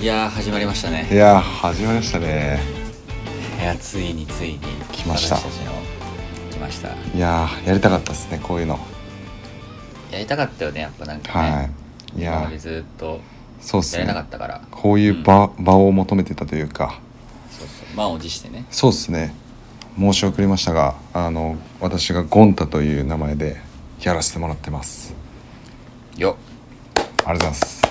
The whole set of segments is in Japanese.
いやー始まりましたねいやー始まりましたねいやついについに来ました私たちの来ましたいやーやりたかったですねこういうのやりたかったよねやっぱなんかね、はいい今まやでーずっとそうっすやれなかねったから、こういう場,、場を求めてたというかそうそう満を持してねそうっすね申し遅れましたがあの私がゴンタという名前でやらせてもらってますよっありがとうございます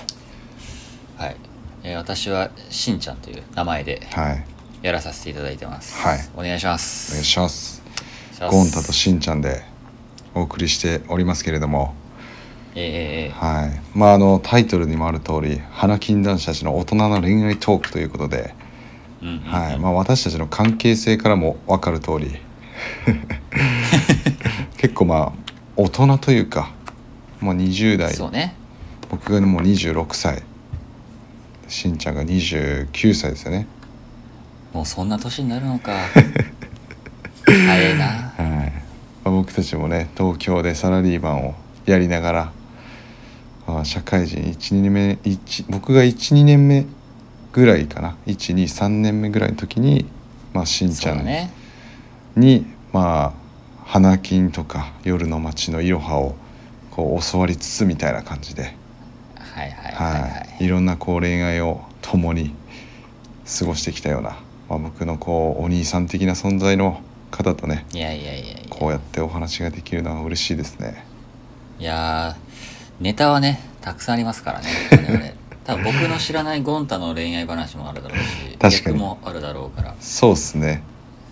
はい、えー私はしんちゃんという名前ではいやらさせていただいてますはいお願いしまおす願いしますしますゴンタとしんちゃんでお送りしておりますけれどもえーえーはいまああのタイトルにもある通り花金男子たちの大人の恋愛トークということでえーうんうんうんはいまあ、私たちの関係性からも分かる通 り結構まあ大人というかもう20代そうね僕がもう26歳しんちゃんが29歳ですよねもうそんな年になるのか 早いなはい、まあ僕たちもね東京でサラリーマンをやりながら、まあ、社会人12年目一僕が12年目ぐらいかな123年目ぐらいの時に、まあ、しんちそゃうんだねにまあ花金とか夜の街のいろはをこう教わりつつみたいな感じで、はいはいはいははいい、いろんなこう恋愛を共に過ごしてきたような、まあ、僕のこうお兄さん的な存在の方とねいやいやいやいやこうやってお話ができるのは嬉しいですね。いやーネタはねたくさんありますからね我々多分僕の知らないゴンタの恋愛話もあるだろうし確かに逆もあるだろうからそうっすね。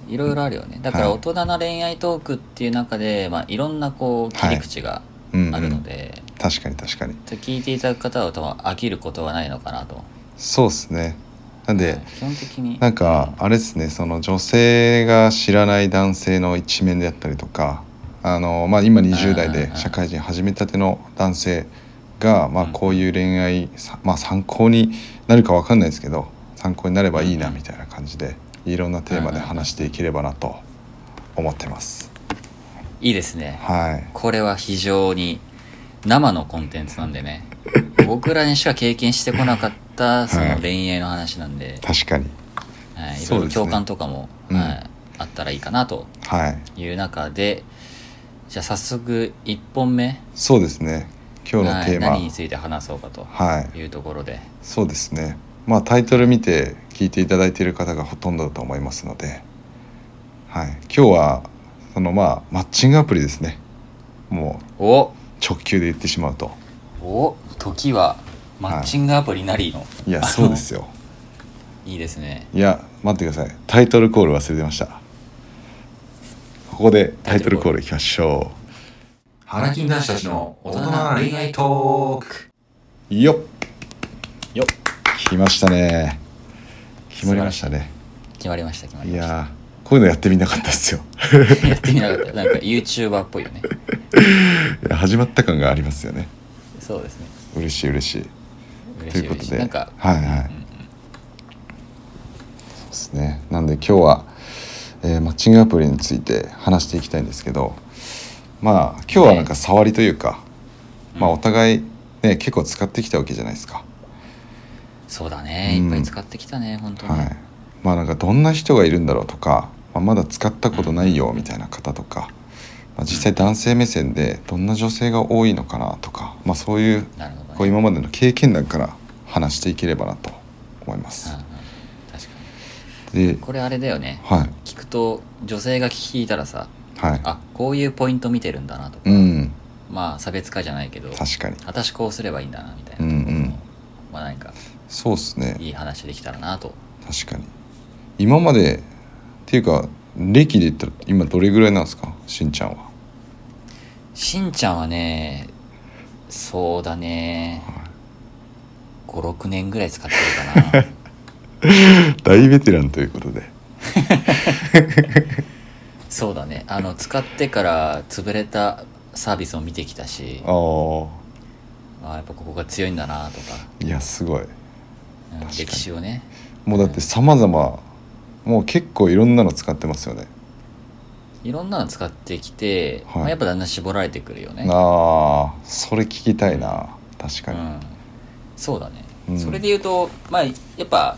いろいろあるよねだからはい大人の恋愛トークっていう中で、まあ、いろんなこう切り口がうん、うん、あるので、確かに確かに。ちょっと聞いていただく方は多分飽きることはないのかなとそうっすね。なんで、基本的になんかあれですねその女性が知らない男性の一面であったりとかあの、まあ、今20代うんうんうでん社会人始めたての男性が、まあ、うんこういう恋愛、さまあ、参考になるかわかんないですけど参考になればいいなみたいな感じでいろんなテーマで話していければなと思ってます。いいですねはいこれは非常に生のコンテンツなんでね僕らにしか経験してこなかったその恋愛の話なんで、確かにはい、いそろういですろ共ね感とかも、うんはい、あったらいいかなとはいいう中でじゃあ早速1本目そうですね今日のはいテーマ何について話そうかとはいいうところでそうですねまあタイトル見て聞いていただいている方がほとんどだと思いますので、はい、今日はそのまあマッチングアプリですねもうお直球で言ってしまうとお時はマッチングアプリなりの、いやそうですよいいですねいや待ってくださいタイトルコール忘れてましたここでタイトルコールいきましょう花金男子たちの大人な恋愛トークよっよっ来ましたね決まりましたね決まりました決まりいましやーこういうのやってみなかったですよ たやってみなかったなんか YouTuber っぽいよねいや始まった感がありますよねそうですね嬉しい嬉しい嬉しといいうこ嬉としいでなんかはいはい、うんうんそうですねなんで今日は、えーマッチングアプリについて話していきたいんですけどまあ今日はなんか触りというか、まあ、お互い、ね、結構使ってきたわけじゃないですか、そうだねうんいっぱい使ってきたね本当に、はいまあなんかどんな人がいるんだろうとか、まあ、まだ使ったことないよみたいな方とか、まあ、実際男性目線でどんな女性が多いのかなとか、まあ、そういうなるほどねこう今までの経験談から話していければなと思いまうんすうん、。確かでにこれあれだよねはい聞くと女性が聞いたらさはいあこういうポイント見てるんだなとか、うんまあ差別化じゃないけど確かに私こうすればいいんだなみたいな、うんうんまあ何かそうですねいい話できたらなと確かに今までっていうか歴で言ったら今どれぐらいなんですかしんちゃんはしんちゃんはねそうだね56年ぐらい使ってる かな大ベテランということでそうだねあの使ってから潰れたサービスを見てきたしあああやっぱここが強いんだなとかいやすごいうん確かに歴史をねもうだってさまざまもう結構いろんなの使ってますよねいろんなの使ってきて、はいまあ、やっぱだんだん絞られてくるよねああそれ聞きたいな確かに、うん、そうだねうんそれで言うとまあやっぱ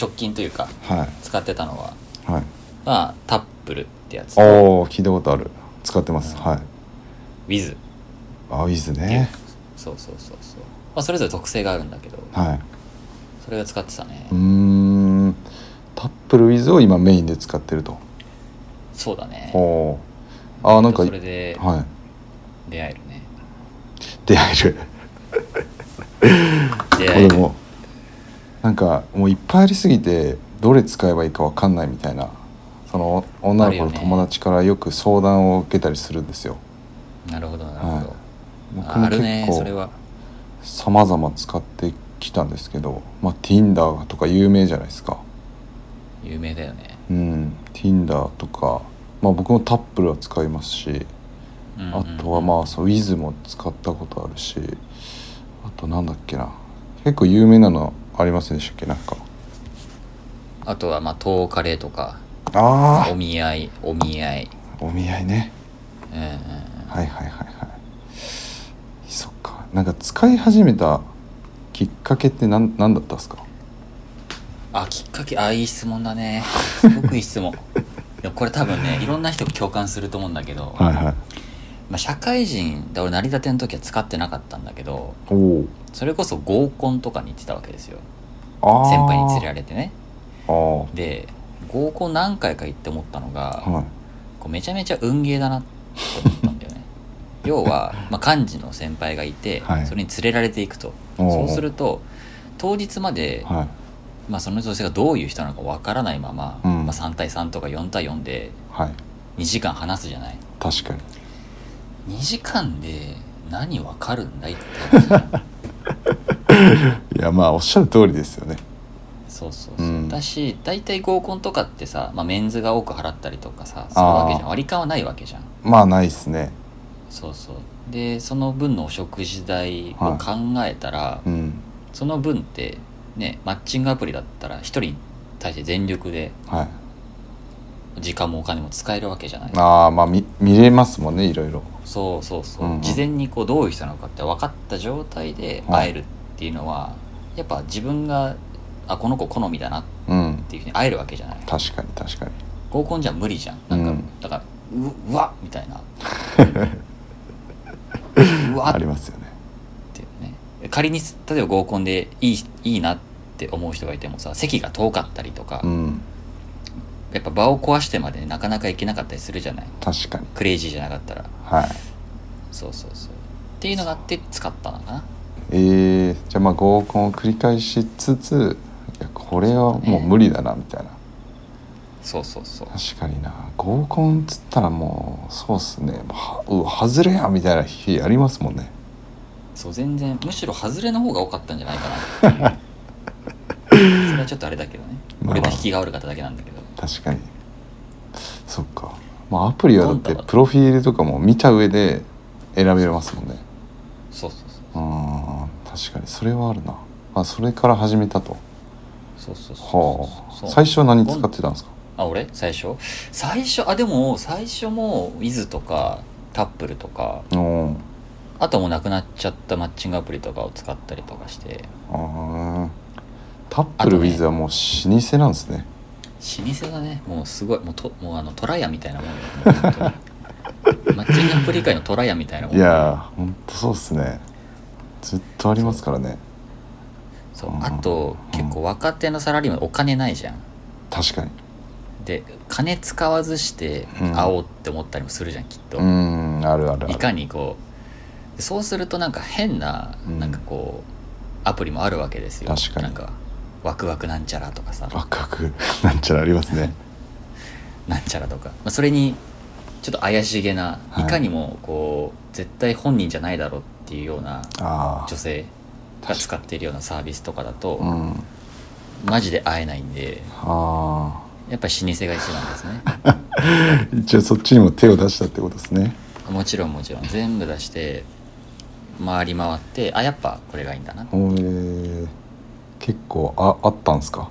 直近というかは使ってたのはいはいまあタップルってやつとおお聞いたことある使ってますはい Wiz っあウィズていう、ねそうそうそうそう、まあ、それぞれ特性があるんだけどはいそれが使ってたね、うーんタップルウィズを今メインで使ってるとそうだねおおあーなんかそれではい出会えるね出会える出会え俺るもなんかもういっぱいありすぎてどれ使えばいいかわかんないみたいなその女の子の友達からよく相談を受けたりするんですよなるほどなるほど、僕あもある結ねそれ構はさまざま使ってきたんですけど、まあ、Tinder とか有名じゃないですか有名だよね、うん Tinder とか、まあ、僕もタップルは使いますしうんうんあとはまあそう Wiz も使ったことあるしあとなんだっけな結構有名なのありませんでしたっけなんかあとはまあトーカレーとかああお見合いお見合いお見合いねうんうんうんはいはいはいはいそっかなんか使い始めたきっかけって何何だったんですかあきっかけあいい質問だ ねすごくいい質問いやこれ多分ねいろんな人が共感すると思うんだけど、はいはいまあ、社会人で俺成り立ての時は使ってなかったんだけどおおそれこそ合コンとかに行ってたわけですよあー先輩に連れられてねあーで合コン何回か行って思ったのが、はいこうめちゃめちゃ運ゲーだなって思ったんだよ ね要は、まあ、幹事の先輩がいて、はいそれに連れられていくとおうそうすると当日まで、はいまあ、その女性がどういう人なのかわからないまま、うんまあ、3対3とか4対4ではい2時間話すじゃない確かに2時間で何わかるんだいって話じゃんいやまあおっしゃる通りですよねそうそうそう、うんだし大体合コンとかってさ、まあ、メンズが多く払ったりとかさするわけじゃんあー割り勘はないわけじゃんまあないっすねそうそうでその分のお食事代を考えたら、うんその分ってねマッチングアプリだったら1人に対して全力ではい時間もお金も使えるわけじゃないああまあ見見れますもんねいろいろそうそうそう、うんうん事前にこうどういう人なのかって分かった状態ではい会えるっていうのは、やっぱ自分があこの子好みだなっうんていうふうに会えるわけじゃない確かに確かに合コンじゃ無理じゃんなんか、うんだからううわっみたい なうわあっりますよねっていうね仮に例えば合コンでいいいいなって思う人がいてもさ席が遠かったりとか、うんやっぱ場を壊してまでなかなか行けなかったりするじゃない確かにクレイジーじゃなかったらはいそうそうそうっていうのがあって使ったのかなえー、じゃあまあ合コンを繰り返しつついやこれはもう無理だなみたいな、そうそうそう確かにな合コンっつったらもうそうっすねはうわ外れやみたいな日ありますもんねそう全然むしろ外れの方が多かったんじゃないかなっていうそれはちょっとあれだけどねまあ俺の引きが悪かっただけなんだけど確かにそっかまあアプリはだっ今て度はプロフィールとかも見た上で選べますもんねそうそうそううん確かにそれはあるなあそれから始めたとそうそうそうはそうあ最初は何使っ今てたんですかあ俺最初最初あでも最初も伊豆とかタップルとかうんあとはもうなくなっちゃったマッチングアプリとかを使ったりとかしてあータップルウィズはもう老舗なんですね老舗だねもうすごいもうともうあのトラヤみたいなもんよもう本当にマッチングアプリ界のトラヤみたいなもんいやーほんとそうっすねずっとありますからねそううんあと結構若手のサラリーマンお金ないじゃん確かにで金使わずしてうん会おうって思ったりもするじゃんきっと、うんあるあるあいるかにこうでそうするとなんか変な、うんなんかこうアプリもあるわけですよ確かになんかワクワクなんちゃらとかさワクワク なんちゃらありますねなんちゃらとか、まあ、それにちょっと怪しげな、はいい、かにもこう絶対本人じゃないだろうっていうようなあ女性が使っているようなサービスとかだとあ、うんマジで会えないんであやっぱり老舗が一番ですねあ一応そっちにも手を出したってことですねもちろんもちろん全部出して回り回ってあやっぱこれがいいんだなおー結構ああったんすか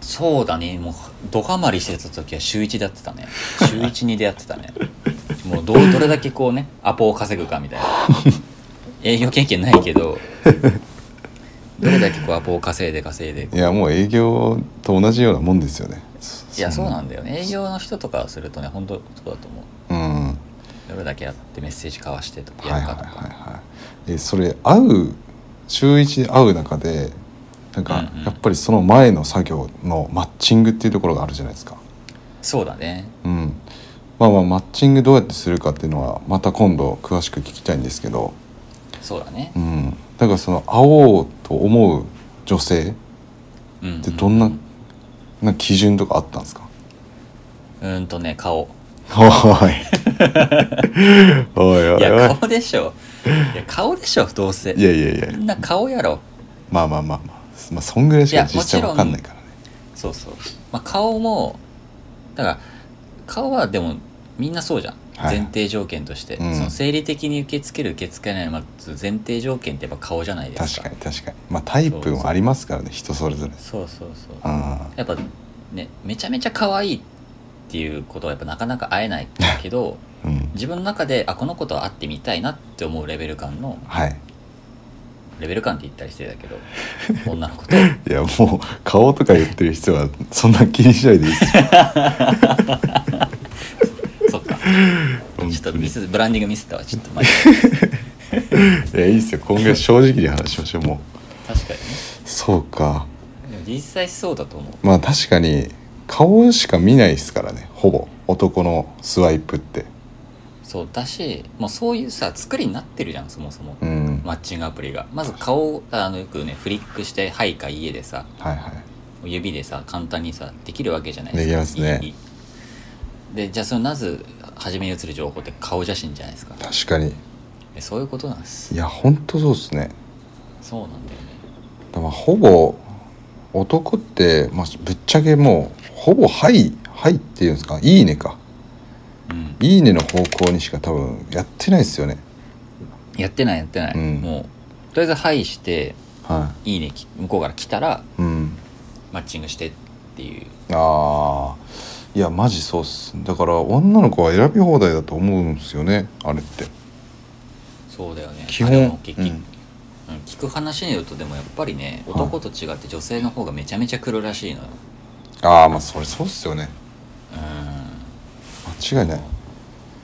そうだねもうドハマりしてた時は週1でやってたね週1に出会ってたねもうどうどれだけこうねアポを稼ぐかみたいな営業経験ないけどどれだけこうアポを稼いで稼いでいやもう営業と同じようなもんですよねいやそうなんだだよね営業の人とかはするとね本当そうだと思ううんどれだけやってメッセージ交わしてとかやはいるはいかはといか、はいえそれ会う週一で会う中でなんかうんうんやっぱりその前の作業のマッチングっていうところがあるじゃないですかそうだねうんまあまあマッチングどうやってするかっていうのはまた今度詳しく聞きたいんですけどそうだねうんだからその会おうと思う女性うんうんってどんななんか基準とかあったんですかうーんとね顔おいおいおいおいいや顔でしょいや顔でしょどうせいやいやいやみんな顔やろまあまあまあまあ、まあ、そんぐらいしいかや実際もちろんわかんないからねそうそう、まあ、顔もだから顔はでもみんなそうじゃん、はい前提条件として、うんその生理的に受け付ける受け付けないのまず前提条件ってやっぱ顔じゃないです確かかに確かにまあタイプもありますからね人それぞれそうそうそうあやっぱねめちゃめちゃ可愛いっていうことはやっぱなかなか会えないけど あうん自分の中であこの子と会ってみたいなって思うレベル感のはいレベル感って言ったりしてたけど女の子といやもう顔とか言ってる人はそんな気にしないでいいですよそっか本ちょっ当とにミいスブランディングミスったわちょっと前やいいですよ今後は正直に話しましょうも確かにねうそうかでも実際そうだと思うまあ確かに顔しか見ないですからねほぼ男のスワイプってそうだしもうそういうさ作りになってるじゃんそもそも、うんマッチングアプリがまず顔をあのよくねフリックして「はい」か「いいえ」でさはいはい指でさ簡単にさできるわけじゃないですかできますねいいいいでじゃあそのなぜ初めに映る情報って顔写真じゃないですか確かにでそういうことなんですいやほんとそうですねそうなんだよねだからほぼ男って、まあ、ぶっちゃけもうほぼ「はい」「はい」っていうんですか「いいね」かうん「いいね」の方向にしか多分やってないですよねやってないやってない、うんもうとりあえず「はい」しては「いいね」き向こうから来たらいうんマッチングしてっていうああいやマジそうっすだから女の子は選び放題だと思うんですよねあれってそうだよね基あでも本、結う局ん、うん聞く話によるとでもやっぱりねはい男と違って女性の方がめちゃめちゃ来るらしいのよああまあそれそうっすよねうん間違いない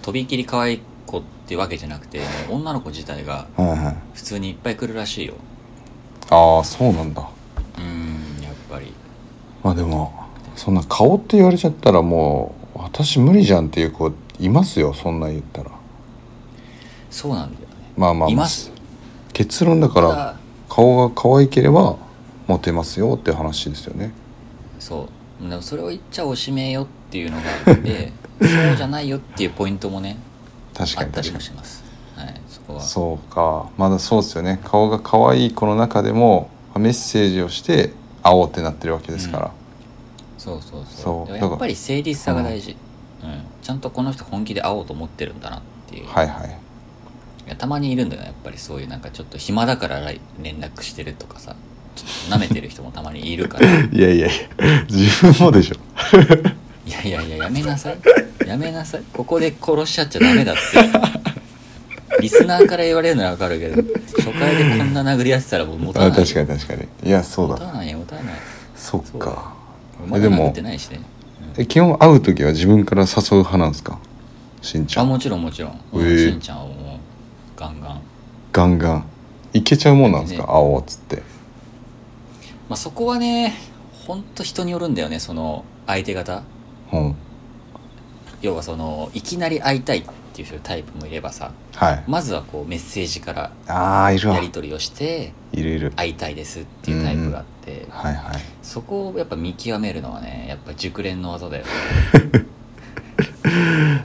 とびきり可愛い子ってわけじゃなくてもう女の子自体がはいはい普通にいっぱい来るらしいよああそうなんだうんやっぱりまあでもそんな顔って言われちゃったらもう私無理じゃんっていう子いますよそんなん言ったらそうなんだよねまあまあいます結論だかたらだ顔が可愛ければモテますよって話ですよねそうでもそれを言っちゃおしめよっていうのがあって そうじゃないよっていうポイントもね確あかっにたり確もかしますはいそこはにそうかまだそうですよね顔が可愛い子の中でもまあメッセージをして会おうってなってるわけですから、そうそうそうそうでもだからやっぱり誠実さが大事、うんちゃんとこの人本気で会おうと思ってるんだなっていう、はいはいいやたまにいるんだよやっぱりそういうなんかちょっと暇だから来連絡してるとかさちょっと舐めてる人もたまにいるから いいやいやいや自分もでしょやいやいややめなさいやめなさいここで殺しちゃっちゃダメだってリスナーから言われるのはわかるけど初回でこんな殴り合ってたらもう持たあない確かに確かにいやそう持だたないよ持たないそっそうだかまだでも殴ってないしねえ基本会う時は自分から誘う派なんですかしんちゃあんもちろんもちろん、えーしんちゃんはもうガンガンガンガンいけちゃうもんなんですかね会おうっつってまあ、そこはねほんと人によるんだよねその相手方うん要はそのいきなり会いたいっていうタイプもいればさはいまずはこうメッセージからああいるわやり取りをしているいる会いたいですっていうタイプがあって、はいはいそこをやっぱ見極めるのはねやっぱ熟練の技だよ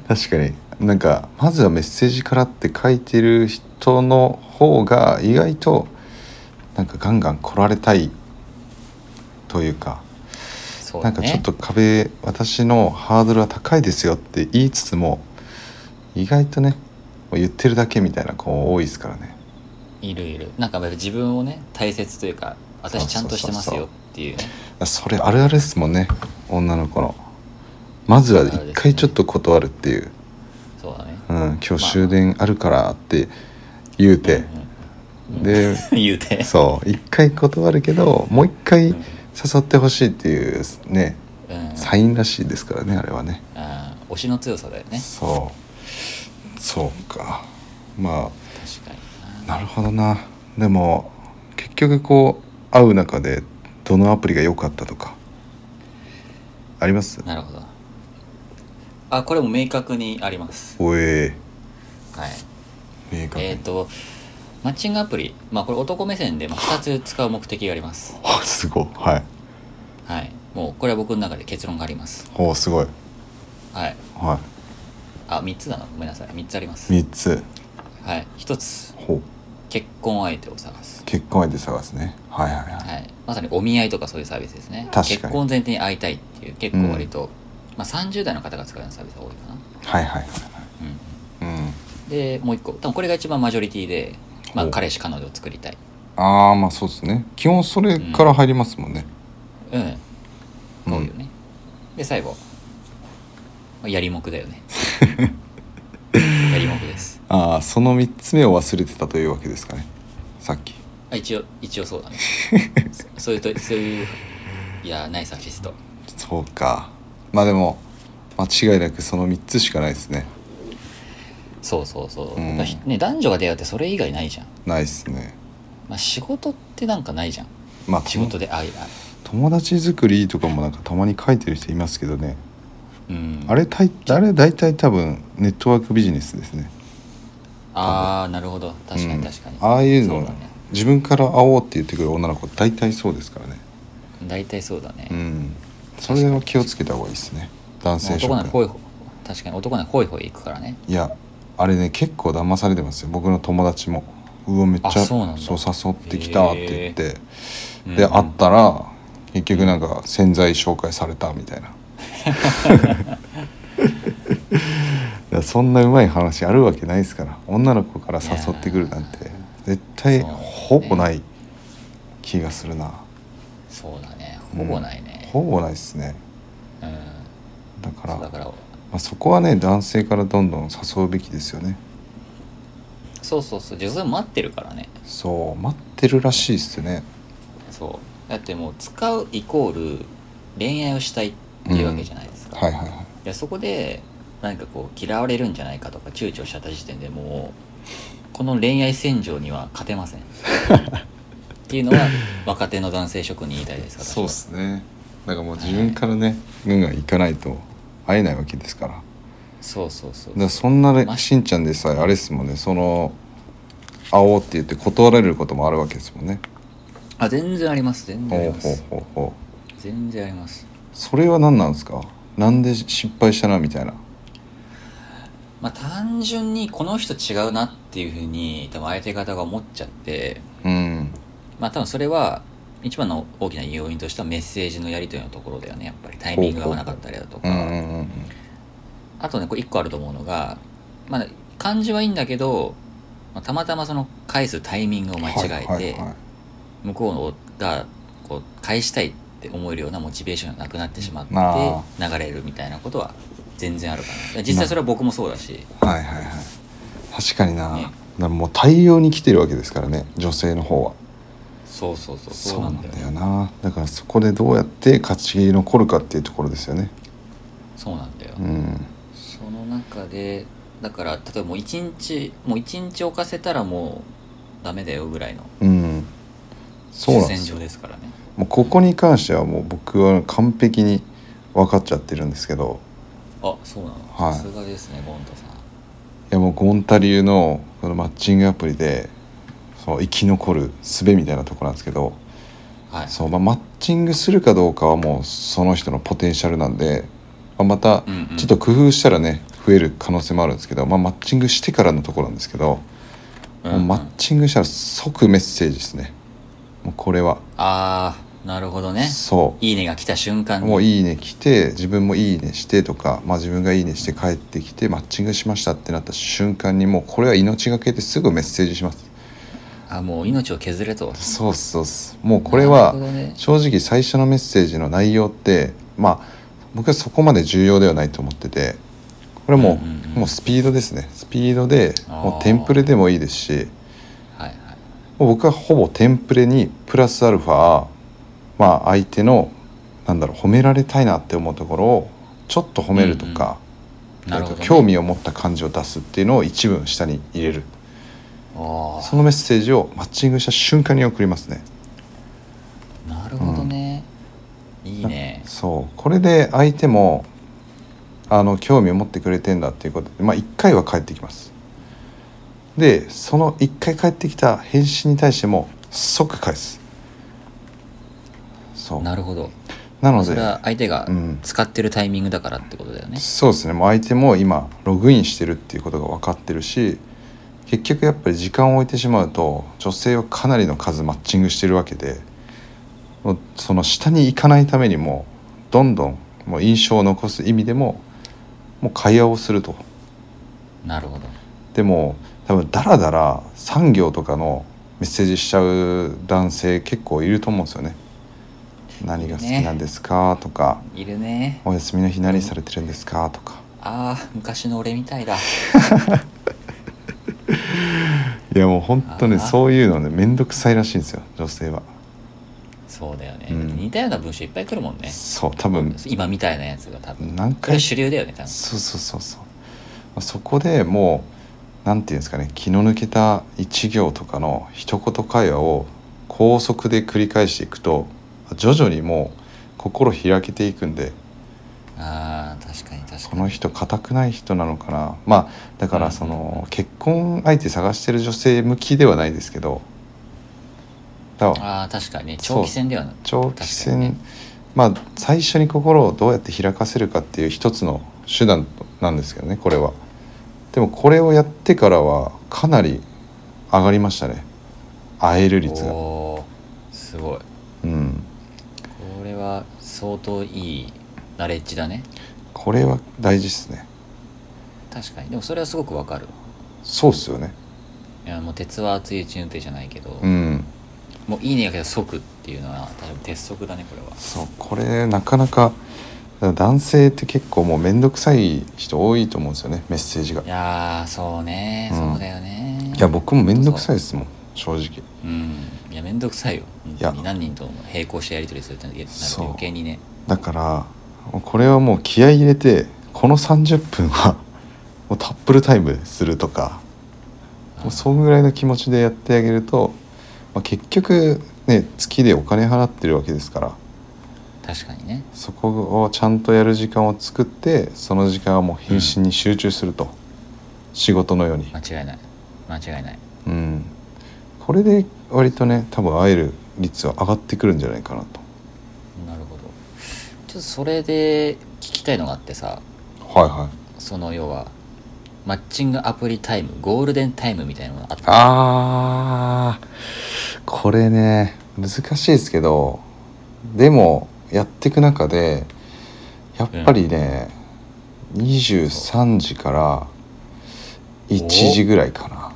確かになんかまずはメッセージからって書いてる人の方が意外となんかガンガン来られたいというかそうなだんねかちょっと壁私のハードルは高いですよって言いつつも意外とねもう言ってるだけみたいな子多いですからねいるいるなんかやっぱ自分をね大切というか私ちゃんとしてますよっていうねそれあるあるですもんね女の子のまずはあるある一ですね回ちょっと断るっていう、そうだねうん、今日終電あるからって言うて、うんで言うてそう一回断るけどもう一回誘ってほしいっていうねう、ん、サインらしいですからねあれはねあー推しの強さだよねそうそうかま確かあにななるほどなでも結局こう会う中でどのアプリが良かったとかありますなるほどあこれも明確にありますおえはい明確にえっ、 とマッチングアプリまあこれ男目線でまあ2つ使う目的がありますあすごいはいはいもうこれは僕の中で結論がありますおすごいはいはあ3つだなごめんなさい3つありますい3つはい1つほう結婚相手を探す結婚相手探すねはいはいはい、はい、まさにお見合いとかそういうサービスですね確かに結婚前提に会いたいっていう結構割と、まあ、30代の方が使うようなサービスが多いかな、はい、はいはいうんはいうんでもう一個多分これが一番マジョリティで、まあ、お彼氏彼女を作りたいああまあそうですね基本それから入りますもんね、うんうんこういうね、で最後まあやりもくだよ ねやりもくですああその3つ目を忘れてたというわけですかねさっきあ一応一応そうだねそそういうとそういういやナイスアシストそうかまあでも間違いなくその3つしかないですねそうそうそう、うんやっぱひね、男女が出会うってそれ以外ないじゃん、ないですねまあ、仕事ってなんかないじゃんまあ仕事で会い会い友達作りとかもなんかたまに書いてる人いますけどねうんあれたいあれ大体多分ネットワークビジネスですねあーなるほど確かうんに確かに、ああいうのそうだね自分から会おうって言ってくる女の子大体そうですからね大体そうだね、うまんそれは気をつけた方がいいですね男あ性男諸ならほ君いほい確かに男ならほいほい行くからねいやあれね結構騙されてますよ僕の友達もうわめっちゃあそうなんだ誘ってきたって言って、で、うん会ったら結局なんか洗剤紹介されたみたいないやそんなうまい話あるわけないですから女の子から誘ってくるなんいてや絶対そうだねほぼない気がするな、そうだねほぼないねほぼないですねうん、だからそうだからまあ、そこはね男性からどんどん誘うべきですよねそうそうそう女性も待ってるからねそう待ってるらしいっすねそうだってもう使うイコール恋愛をしたいっていうわけじゃないですか、はいはいはいでそこでなんかこう嫌われるんじゃないかとか躊躇しちゃった時点でもうこの恋愛戦場には勝てま せんっていうのは若手の男性職に言いたいです私はすねだからもう自分からねぐんぐん行かないと会えないわけですからだかそうそうそうらそんなねましんちゃんでさえあれっすもんねその会おうって言って断られることもあるわけですもんねあ全然あります全然ありほうまほうすほうほ全然ありますうそれは何なんですかなんで失敗したなみたいなまあ単純にこの人違うなっていうふうに多分相手方が思っちゃってうんまあ多分それは一番の大きな要因としてはメッセージのやり取りのところだよねやっぱりタイミングが合わなかったりだとうか、んうんうんうんあとね、これ一個あると思うのが、まあ、漢字はいいんだけど、まあ、たまたまその返すタイミングを間違えて、はいはいはい向こうがこう返したいって思えるようなモチベーションがなくなってしまってあ、流れるみたいなことは全然あるかな。実際それは僕もそうだし、はいはいはい確かにな、ねだからもう対応に来てるわけですからね女性の方はそうそうそう、そそううななんんだよだよね。なだからそこでどうやって勝ち残るかっていうところですよねそうなんだよ。うんその中で、だから、例えばもう一日、もう一日置かせたらもうダメだよぐらいの、うんそうなんです戦よ場ですからね。もうここに関してはもう僕は完璧に分かっちゃってるんですけどあ、そうなはの。いさすがですね、ゴンタさん。いやもうゴンタ流のこのマッチングアプリでそう生き残る術みたいなところなんですけどはい。そう、まあ、マッチングするかどうかはもうその人のポテンシャルなんで、まあ、またうんうんちょっと工夫したらね増える可能性もあるんですけど、まあ、マッチングしてからのところなんですけど、うんもうマッチングしたら即メッセージですねもうこれは、ああなるほどねそいいねが来た瞬間うにもういいね来て自分もいいねしてとか、まあ、自分がいいねして帰ってきてマッチングしましたってなった瞬間にもうこれは命がけですぐメッセージしますあもう命を削れとそうそうそうもうこれは、なるほどね正直最初のメッセージの内容ってまあ僕はそこまで重要ではないと思っててこれもう,、うんうんうんもうスピードですねスピードであーもうテンプレでもいいですしはいはいもう僕はほぼテンプレにプラスアルファまあ相手のなんだろう褒められたいなって思うところをちょっと褒めるとか、なるほど、えっね、と興味を持った感じを出すっていうのを一文下に入れるあそのメッセージをマッチングした瞬間に送りますねあなるほどね、いいねそうこれで相手もあの興味を持ってくれてんだっていうことでまあ1回は返ってきますでその1回返ってきた返信に対しても即返すそうななるほどのそでれは相手がうん使ってるタイミングだからってことだよね、そうですねもう相手も今ログインしてるっていうことが分かってるし結局やっぱり時間を置いてしまうと女性はかなりの数マッチングしてるわけでもうその下に行かないためにもどんどんもう印象を残す意味でももう会話をするとなるほどでも多分ダラダラ産業とかのメッセージしちゃう男性結構いると思うんですよね何が好きなんですかとか、いるねお休みの日何されてるんですかとかああ昔の俺みたいだいやもう本当ねあーそういうのね面倒くさいらしいんですよ女性はそうだよね、うん似たような文章いっぱい来るもんねそう多分今みたいなやつが多分何これ回そ主う流だよね多分そうそうそうまあそこでもうなんていうんですかね気の抜けた一行とかの一言会話を高速で繰り返していくと徐々にもう心開けていくんでああ確かに確こかのに人固くない人なのかなまあだからその結婚相手探してる女性向きではないですけどだからああ確かにねそう長期戦ではな長期戦、確かにねまあ最初に心をどうやって開かせるかっていう一つの手段なんですけどねこれはでもこれをやってからはかなり上がりましたね会える率がおーすごいこうんれは相当いいナレッジだねこれは大事ですね確かにでもそれはすごくわかるそうっすよねいやもう鉄は熱いうちに打てじゃないけど、うんもういいねやけど即っていうのは多分鉄則だねこれはそうこれなかなか男性って結構もう面倒くさい人多いと思うんですよねメッセージがいやーそうね、うんそうだよねいや僕も面倒くさいですもん正直うんいやめんどくさいよ本いや当に何人とも並行してやり取りするってなるそとう余計にねだからこれはもう気合い入れてこの30分はもうタップルタイムするとかもうそんぐらいの気持ちでやってあげると、まあ、結局ね月でお金払ってるわけですから確かにねそこをちゃんとやる時間を作ってその時間はもう返信に集中すると、仕事のように、間違いない間違いないうん、これで割とね多分会える率は上がってくるんじゃないかなとなるほどちょっとそれで聞きたいのがあってさはいはいその要はマッチングアプリタイムゴールデンタイムみたいなものがあったあーこれね難しいですけどでもやっていく中でやっぱりね、23時から1時ぐらいかな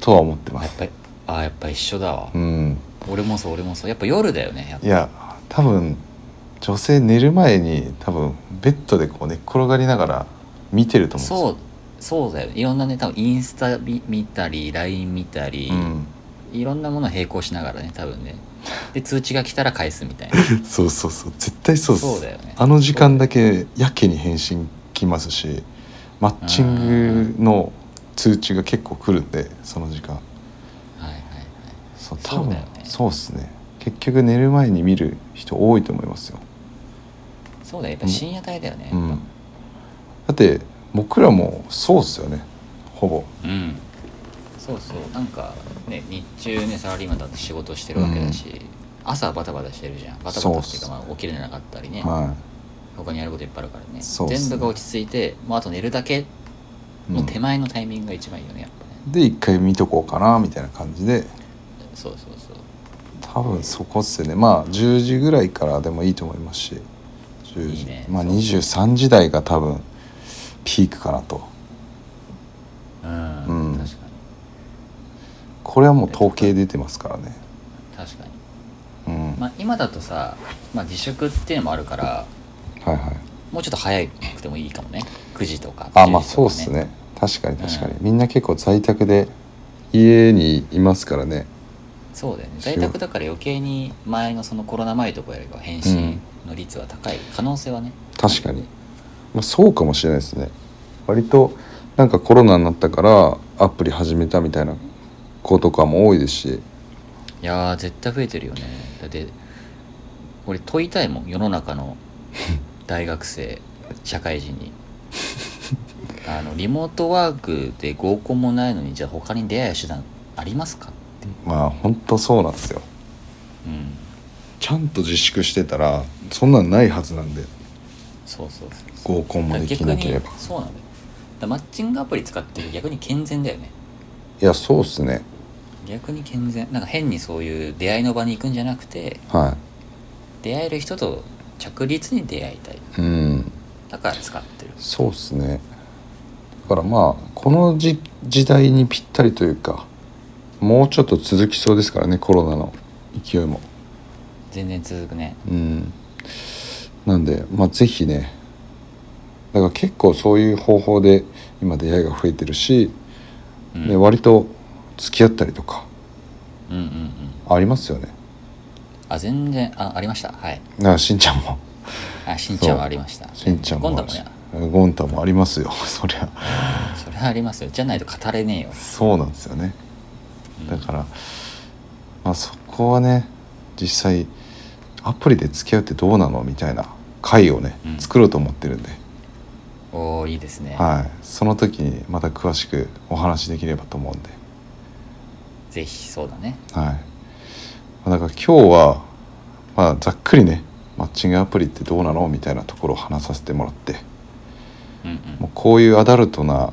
とは思ってまやっすぱりあーやっぱ一緒だわ、うん俺もそう俺もそうやっぱ夜だよねやっぱいや多分女性寝る前に多分ベッドでこう寝っ転がりながら見てると思そううそうだよねいろんなね多分インスタ見見たり LINE 見たり、んいろんなものを並行しながらね多分 ねで通知が来たら返すみたいなですよそうそうそう絶対 そうですだよねあの時間だけやけに返信来ますしマッチングの通知が結構来るんでその時間はいはいはいそうそ多う分だよねそうっすね結局寝る前に見る人多いと思いますよ、そうだよやっぱ深夜帯だよね、うん、だって僕らもそうっすよねほぼうんそうそうなんかね日中ねサラリーマンだって仕事してるわけだし、朝はバタバタしてるじゃんバタバタっていうそうっすかまあ起きれなかったりねは他にやることいっぱいあるからねそうっすね全部が落ち着いてもうあと寝るだけい、うのん、手前のタイミングが一番いいよねやっぱね、で一回見とこうかなみたいな感じでそうそうそう多分そこっすよねまあ10時ぐらいからでもいいと思いますし10時いいねまあそう23時台が多分ピークかなとうん、うん確かにこれはもう統計出てますからね確かにうん、まあ今だとさ、まあ、自粛っていうのもあるからはいはいもうちょっと早くてもいいかもね9時とかあまあ10時そうとっかすね確かに確かに、うみんな結構在宅で家にいますからねそうだよね在宅だから余計に前のそのコロナ前とかよりは返信の率は高い可能性はね、確かに、まあ、そうかもしれないですね割となんかコロナになったからアプリ始めたみたいな子とかも多いですしいやー絶対増えてるよねだって俺問いたいもん世の中 の大学生社会人にあのリモートワークで合コンもないのにじゃあ他に出会い手段ありますかってまあ本当そうなんですようんちゃんと自粛してたらそんなんないはずなんでそうそうそうそう合コンもできなければ逆にそうなんだよだからマッチングアプリ使って逆に健全だよねいやそうっすね逆に健全なんか変にそういう出会いの場に行くんじゃなくては出会える人と着実に出会いたいいうんだから使ってるそうっすねだからまあこのじ時代にぴったりというかもうちょっと続きそうですからねコロナの勢いも全然続くねうんなんでまあ是非ねだから結構そういう方法で今出会いが増えてるし、うんで割と付き合ったりとかうんうんうんありますよねあ全然あありましたはいだからしんちゃんもあしんちゃんはありましたしんちゃんも今度あるもしやゴンタもありますよ そりゃそれはありますよじゃないと語れねえよ、そうなんですよねうんだから、まあ、そこはね実際アプリで付き合うってどうなのみたいな回をねうん作ろうと思ってるんで、おおいいですね、はい、その時にまた詳しくお話しできればと思うんで、ぜひそうだねはいまあ、だから今日は、まあ、ざっくりねマッチングアプリってどうなのみたいなところを話させてもらってうんうんもうこういうアダルトな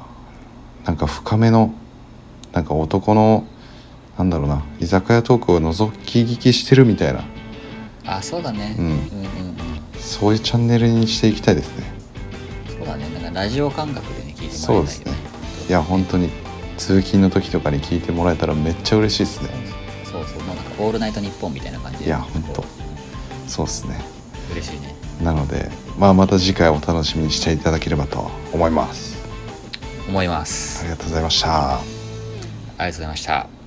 なんか深めのなんか男のなんだろうな居酒屋トークを覗き聞きしてるみたいなあそうだね、うんうんうんそういうチャンネルにしていきたいですねそうだねなんかラジオ感覚でね聞いてそもうらいでたいよすねねいや本当に通勤の時とかに聞いてもらえたらめっちゃ嬉しいですねそうそうもうなんか「オールナイトニッポン」みたいな感じでいや本当こそうですねう嬉しいねなので、まあ、また次回お楽しみにしていただければと思います思います、ありがとうございましたありがとうございました